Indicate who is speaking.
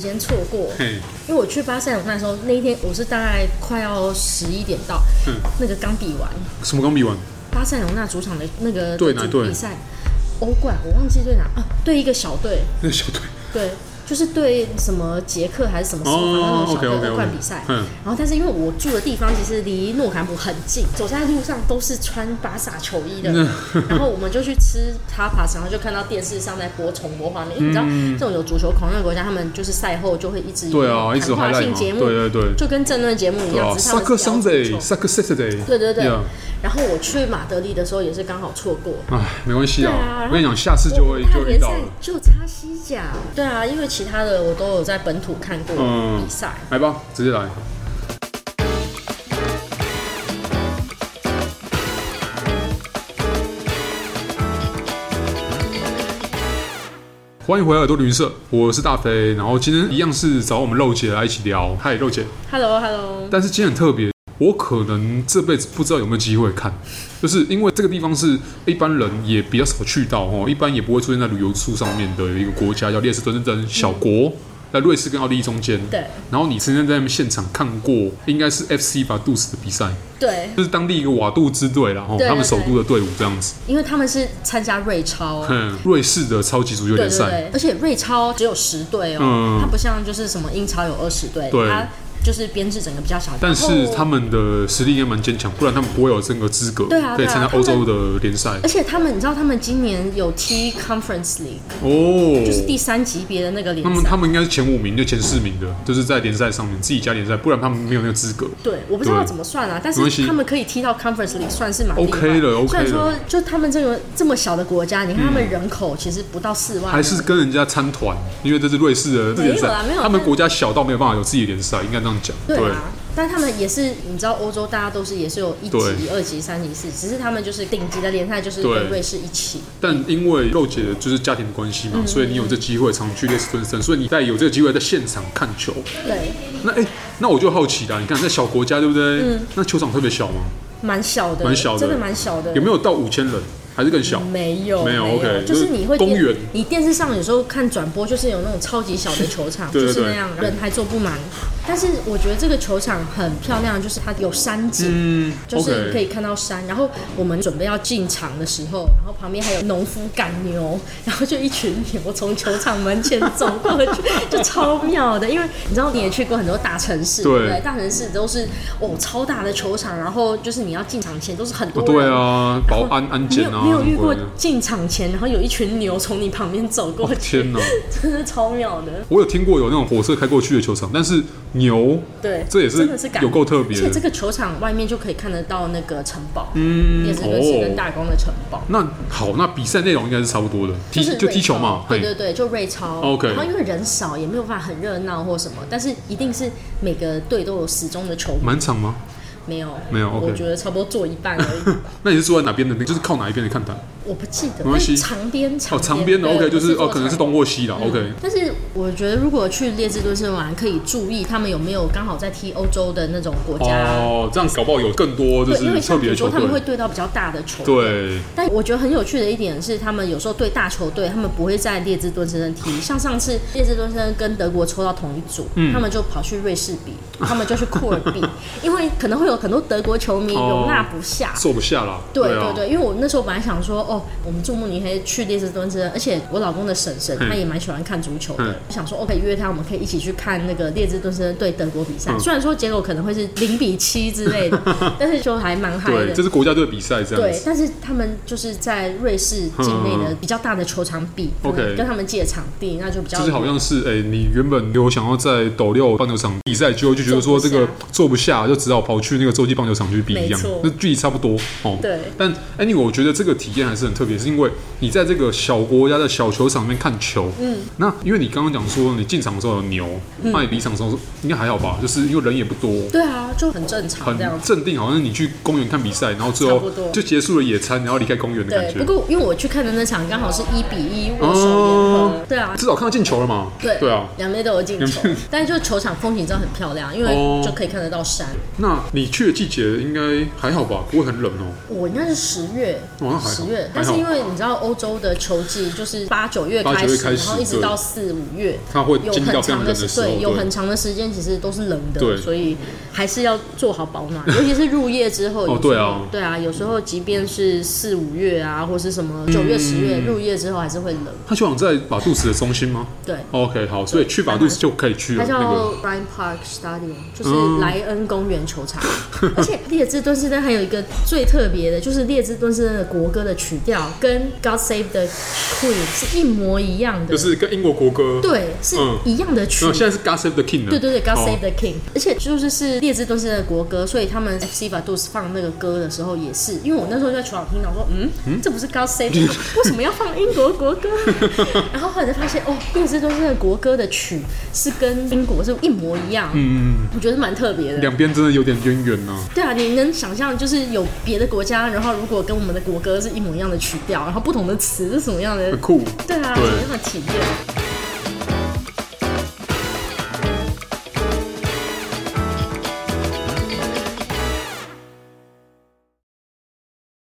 Speaker 1: 时间错过，
Speaker 2: 嘿，
Speaker 1: 因为我去巴塞罗那的时候，那一天我是大概快要十一点到，
Speaker 2: 嗯，
Speaker 1: 那个刚比完
Speaker 2: 什么刚比完？
Speaker 1: 巴塞罗那主场的那个
Speaker 2: 对哪队
Speaker 1: 比赛，欧冠我忘记对哪啊，对一个小队，
Speaker 2: 那小队
Speaker 1: 对，就是对什么捷克还是什么斯洛伐克那
Speaker 2: 哦
Speaker 1: 种小
Speaker 2: ，OK
Speaker 1: 队
Speaker 2: OK
Speaker 1: 欧冠
Speaker 2: OK，
Speaker 1: 比赛。
Speaker 2: 嗯，
Speaker 1: 然后，但是因为我住的地方其实离诺坎普很近，走在路上都是穿巴萨球衣的。
Speaker 2: 嗯
Speaker 1: 然后我们就去吃 tapas，然后就看到电视上在播重播画面，因为你知道这种有足球狂热的国家，他们就是赛后就会一直有
Speaker 2: 嗯对啊，一直
Speaker 1: 谈话
Speaker 2: highlight
Speaker 1: 性
Speaker 2: 嘛，
Speaker 1: 节
Speaker 2: 对
Speaker 1: 目，
Speaker 2: 对对，
Speaker 1: 就跟政论节目一
Speaker 2: 对
Speaker 1: 样，
Speaker 2: 啊
Speaker 1: 只是他们
Speaker 2: ，Soccer
Speaker 1: 是聊足球
Speaker 2: Sunday，Soccer Saturday，
Speaker 1: 对对对
Speaker 2: Yeah，
Speaker 1: 然后我去马德里的时候也是刚好错过，
Speaker 2: 哎，没关系
Speaker 1: 对啊
Speaker 2: 啊，
Speaker 1: 然后
Speaker 2: 我跟你讲，下次就会
Speaker 1: 我大
Speaker 2: 就遇
Speaker 1: 联
Speaker 2: 到
Speaker 1: 赛
Speaker 2: 了，
Speaker 1: 就差西甲，对啊，因为其他的我都有在本土看过
Speaker 2: 嗯
Speaker 1: 比赛。
Speaker 2: 来吧，直接来。欢迎回来耳朵旅行社，我是大飞，然后今天一样是找我们肉姐来一起聊。嗨，肉姐，
Speaker 1: Hello Hello，
Speaker 2: 但是今天很特别，我可能这辈子不知道有没有机会看，就是因为这个地方是一般人也比较少去到哦，一般也不会出现在旅游书上面的一个国家，叫列斯敦敦小国，在瑞士跟奥地利中间。
Speaker 1: 对
Speaker 2: 然后你曾经在那边现场看过，应该是 FC 把杜斯的比赛，
Speaker 1: 对，
Speaker 2: 就是当地一个瓦杜支队啦，吼，
Speaker 1: 对对
Speaker 2: 他们首都的队伍这样子。
Speaker 1: 因为他们是参加瑞超。
Speaker 2: 嗯，瑞士的超级足球
Speaker 1: 对
Speaker 2: 联
Speaker 1: 对
Speaker 2: 赛，
Speaker 1: 对，而且瑞超只有十队哦，
Speaker 2: 嗯
Speaker 1: 它不像就是什么英超有二十队，
Speaker 2: 对
Speaker 1: 它就是编制整个比较小。
Speaker 2: 但是
Speaker 1: 然后
Speaker 2: 他们的实力应该蛮坚强，不然他们不会有这个资格
Speaker 1: 对啊
Speaker 2: 可
Speaker 1: 对
Speaker 2: 以
Speaker 1: 啊
Speaker 2: 参加欧洲的联赛。
Speaker 1: 而且他们，你知道他们今年有踢 Conference League，
Speaker 2: 哦，
Speaker 1: 就是第三级别的那个
Speaker 2: 那
Speaker 1: 联
Speaker 2: 么
Speaker 1: 赛。
Speaker 2: 他们应该是前五名就前四名的，就是在联赛上面自己加联赛，不然他们没有那个资格。
Speaker 1: 对，我不知道
Speaker 2: 对
Speaker 1: 怎么算啊，但
Speaker 2: 没关系
Speaker 1: 是他们可以踢到 Conference League，算是蛮厉害
Speaker 2: OK 了，OK
Speaker 1: 虽然说
Speaker 2: 了，
Speaker 1: 就他们这个这么小的国家，你看他们人口其实不到四万，
Speaker 2: 还是跟人家参团，因为这是瑞士的
Speaker 1: 没
Speaker 2: 联
Speaker 1: 有
Speaker 2: 赛
Speaker 1: 啦没，有
Speaker 2: 他们国家小到没有办法有自己的联赛，应该这样讲。
Speaker 1: 对啊，但他们也是，你知道欧洲大家都是也是有一级、
Speaker 2: 对
Speaker 1: 二级、三级、四级，只是他们就是顶级的联赛就是
Speaker 2: 对
Speaker 1: 跟瑞士一起。
Speaker 2: 但因为肉姐就是家庭的关系嘛，
Speaker 1: 嗯
Speaker 2: 所以你有这机会常去列斯顿森，所以你在有这个机会在现场看球。
Speaker 1: 对，
Speaker 2: 那哎、那我就好奇啦，你看在小国家对不对？
Speaker 1: 嗯
Speaker 2: 那球场特别小吗？
Speaker 1: 蛮小的，
Speaker 2: 蛮小的
Speaker 1: 真的蛮小的。
Speaker 2: 有没有到五千人？还是更小？
Speaker 1: 嗯没有，
Speaker 2: 没有 OK，
Speaker 1: 就是你会
Speaker 2: 公
Speaker 1: 电
Speaker 2: 园
Speaker 1: 你电视上有时候看转播，就是有那种超级小的球场，
Speaker 2: 对对
Speaker 1: 就是那
Speaker 2: 对
Speaker 1: 样，人还坐不满。但是我觉得这个球场很漂亮，就是它有山景，
Speaker 2: 嗯
Speaker 1: 就是你可
Speaker 2: 以。
Speaker 1: 以看到山。然后我们准备要进场的时候，然后旁边还有农夫赶牛， 然后就一群牛从球场门前走过去，就超妙的。因为你知道你也去过很多大城市，
Speaker 2: 对
Speaker 1: 不对？大城市都是哦超大的球场，然后就是你要进场前都是很
Speaker 2: 哦，
Speaker 1: 多人，
Speaker 2: 对啊，保安安
Speaker 1: 没
Speaker 2: 检
Speaker 1: 有
Speaker 2: 啊，
Speaker 1: 没有遇过
Speaker 2: 什么鬼的
Speaker 1: 进场前，然后有一群牛从你旁边走过去，
Speaker 2: 哦天哪！
Speaker 1: 真的超妙的。
Speaker 2: 我有听过有那种火车开过去的球场，但是牛
Speaker 1: 对，
Speaker 2: 这也是
Speaker 1: 真的是感
Speaker 2: 有够特
Speaker 1: 而
Speaker 2: 别
Speaker 1: 且
Speaker 2: 的
Speaker 1: 这。个球场外面就可以看得到那个城堡，
Speaker 2: 嗯
Speaker 1: 也是跟是跟大公的城堡。
Speaker 2: 那好，那比赛内容应该是差不多的，踢
Speaker 1: 是
Speaker 2: 就
Speaker 1: 瑞
Speaker 2: 踢球
Speaker 1: 超
Speaker 2: 嘛，
Speaker 1: 对
Speaker 2: 嘿
Speaker 1: 对对，就瑞超。
Speaker 2: OK
Speaker 1: 然后因为人少，也没有办法很热闹或什么，但是一定是每个队都有始终的球迷，
Speaker 2: 满场吗？
Speaker 1: 没有
Speaker 2: 没有，OK
Speaker 1: 我觉得差不多坐一半而 已，
Speaker 2: 那你是坐在哪边的？就是靠哪一边的看台？
Speaker 1: 我不记得。
Speaker 2: 没关系
Speaker 1: 但长边
Speaker 2: 哦，
Speaker 1: 长
Speaker 2: 长边的
Speaker 1: 对
Speaker 2: OK，就是
Speaker 1: 我
Speaker 2: 哦，可能是
Speaker 1: 坐长边嗯
Speaker 2: 东或西啦 OK。
Speaker 1: 但是我觉得，如果去列支敦士玩，可以注意他们有没有刚好在踢欧洲的那种国家。
Speaker 2: 哦，这样搞不好有更多就
Speaker 1: 对，因
Speaker 2: 是
Speaker 1: 为
Speaker 2: 特
Speaker 1: 像比
Speaker 2: 别
Speaker 1: 如
Speaker 2: 的球
Speaker 1: 说他们会
Speaker 2: 队。
Speaker 1: 对到比较大的球，。
Speaker 2: 对，
Speaker 1: 但我觉得很有趣的一点是，他们有时候对大球队，他们不会在列支敦士登踢。像上次列支敦士登跟德国抽到同一组，
Speaker 2: 嗯
Speaker 1: 他们就跑去瑞士比，他们就去库尔 比，因为可能会有很多德国球迷容纳不下，
Speaker 2: 坐不下啦。
Speaker 1: 对
Speaker 2: 哦啊
Speaker 1: 对，对，因为我那时候本来想说，哦，我们住慕尼黑去列支敦士登，而且我老公的婶婶
Speaker 2: 嗯
Speaker 1: 她也蛮喜欢看足球的，
Speaker 2: 嗯
Speaker 1: 我想说，OK，约她，我们可以一起去看那个列支敦士登对德国比赛。
Speaker 2: 嗯
Speaker 1: 虽然说结果可能会是零比七之类 的，但是就还蛮嗨
Speaker 2: 对，这
Speaker 1: 的。
Speaker 2: 是国家队比赛这样
Speaker 1: 对
Speaker 2: 子，。
Speaker 1: 但是他们就是在瑞士境内的比较大的球场比，可能
Speaker 2: 嗯 OK
Speaker 1: 跟他们借场地，那就比较
Speaker 2: 就是好像是哎、你原本有想要在斗六棒球场比赛，结果就觉得说这个做不下，就只好跑去那个洲际棒球场去比一样
Speaker 1: 没错，
Speaker 2: 那距离差不多哦。
Speaker 1: 对
Speaker 2: 但 anyway，我觉得这个体验还是很特别，是因为你在这个小国家的小球场里面看球，嗯，那因为你刚刚讲说你进场的时候有牛，
Speaker 1: 嗯
Speaker 2: 那你离场的时候应该还好吧？就是因为人也不多。
Speaker 1: 对啊，就很正常
Speaker 2: 很
Speaker 1: 这样子。
Speaker 2: 镇定，好像你去公园看比赛，然后最
Speaker 1: 差不
Speaker 2: 后
Speaker 1: 多
Speaker 2: 就结束了野餐，然后离开公园的感
Speaker 1: 对，不
Speaker 2: 觉。
Speaker 1: 过因为我去看的那场刚好是一比一握手言和，对啊，
Speaker 2: 至少看到进球了嘛？
Speaker 1: 对
Speaker 2: 对啊，
Speaker 1: 两边都有进球， 但是就球场风景真的很漂亮，因
Speaker 2: 哦
Speaker 1: 为就可以看得到山。
Speaker 2: 那你去的季节应该还好吧？不会很冷哦。
Speaker 1: 我应该是十月
Speaker 2: 哦那还，好
Speaker 1: 十月但是因为你知道欧洲的球季就是八九月
Speaker 2: 八
Speaker 1: 开
Speaker 2: 九月
Speaker 1: 始，
Speaker 2: 开始
Speaker 1: 然后一直
Speaker 2: 对
Speaker 1: 到四五月，
Speaker 2: 它会
Speaker 1: 有
Speaker 2: 进到
Speaker 1: 很
Speaker 2: 非常
Speaker 1: 长的
Speaker 2: 冷的
Speaker 1: 时
Speaker 2: 时候，
Speaker 1: 对，有
Speaker 2: 对
Speaker 1: 很。长的时间其实都是冷
Speaker 2: 对
Speaker 1: 的，所以还是要做好保暖，尤其是入夜之后。有时候
Speaker 2: 对啊
Speaker 1: 对啊，有时候即便是四五月啊，或是什
Speaker 2: 嗯
Speaker 1: 么九月、十月入夜之后还是会冷。
Speaker 2: 他球场在把肚子的中心吗哦
Speaker 1: 对，
Speaker 2: ？OK，好，所以去把肚子就可以去
Speaker 1: 它
Speaker 2: 了
Speaker 1: 叫
Speaker 2: 那个
Speaker 1: Bryant Park Stadium，就是
Speaker 2: 嗯
Speaker 1: 莱恩公园球场。而且列支敦士登还有一个最特别的，就是列支敦士登的国歌的曲调跟 God Save the Queen 是一模一样的
Speaker 2: 就，是跟英国国歌。
Speaker 1: 对，是
Speaker 2: 嗯
Speaker 1: 一样的曲
Speaker 2: 那。现在是 God Save the King 了。
Speaker 1: 对对对，God
Speaker 2: 好
Speaker 1: Save the King，而且就是是列支敦士登的国歌，所以他们 FC 把 d 斯放那个歌的时候也是，因为我那时候就在球场听到说，嗯，这不是 God Save，the King，为什么要放英国国 歌？然后后来才发现，哦，列支敦士登的国歌的曲是跟英国是一模一样，
Speaker 2: 嗯，
Speaker 1: 我觉得蛮特别的。
Speaker 2: 两边真的有点渊源呐。
Speaker 1: 对啊，你能想象就是有别的国家，然后如果跟我们的国歌是一模一样的曲调，然后不同的词是什么样的
Speaker 2: 很？酷。
Speaker 1: 对啊，
Speaker 2: 对
Speaker 1: 什么样的体验？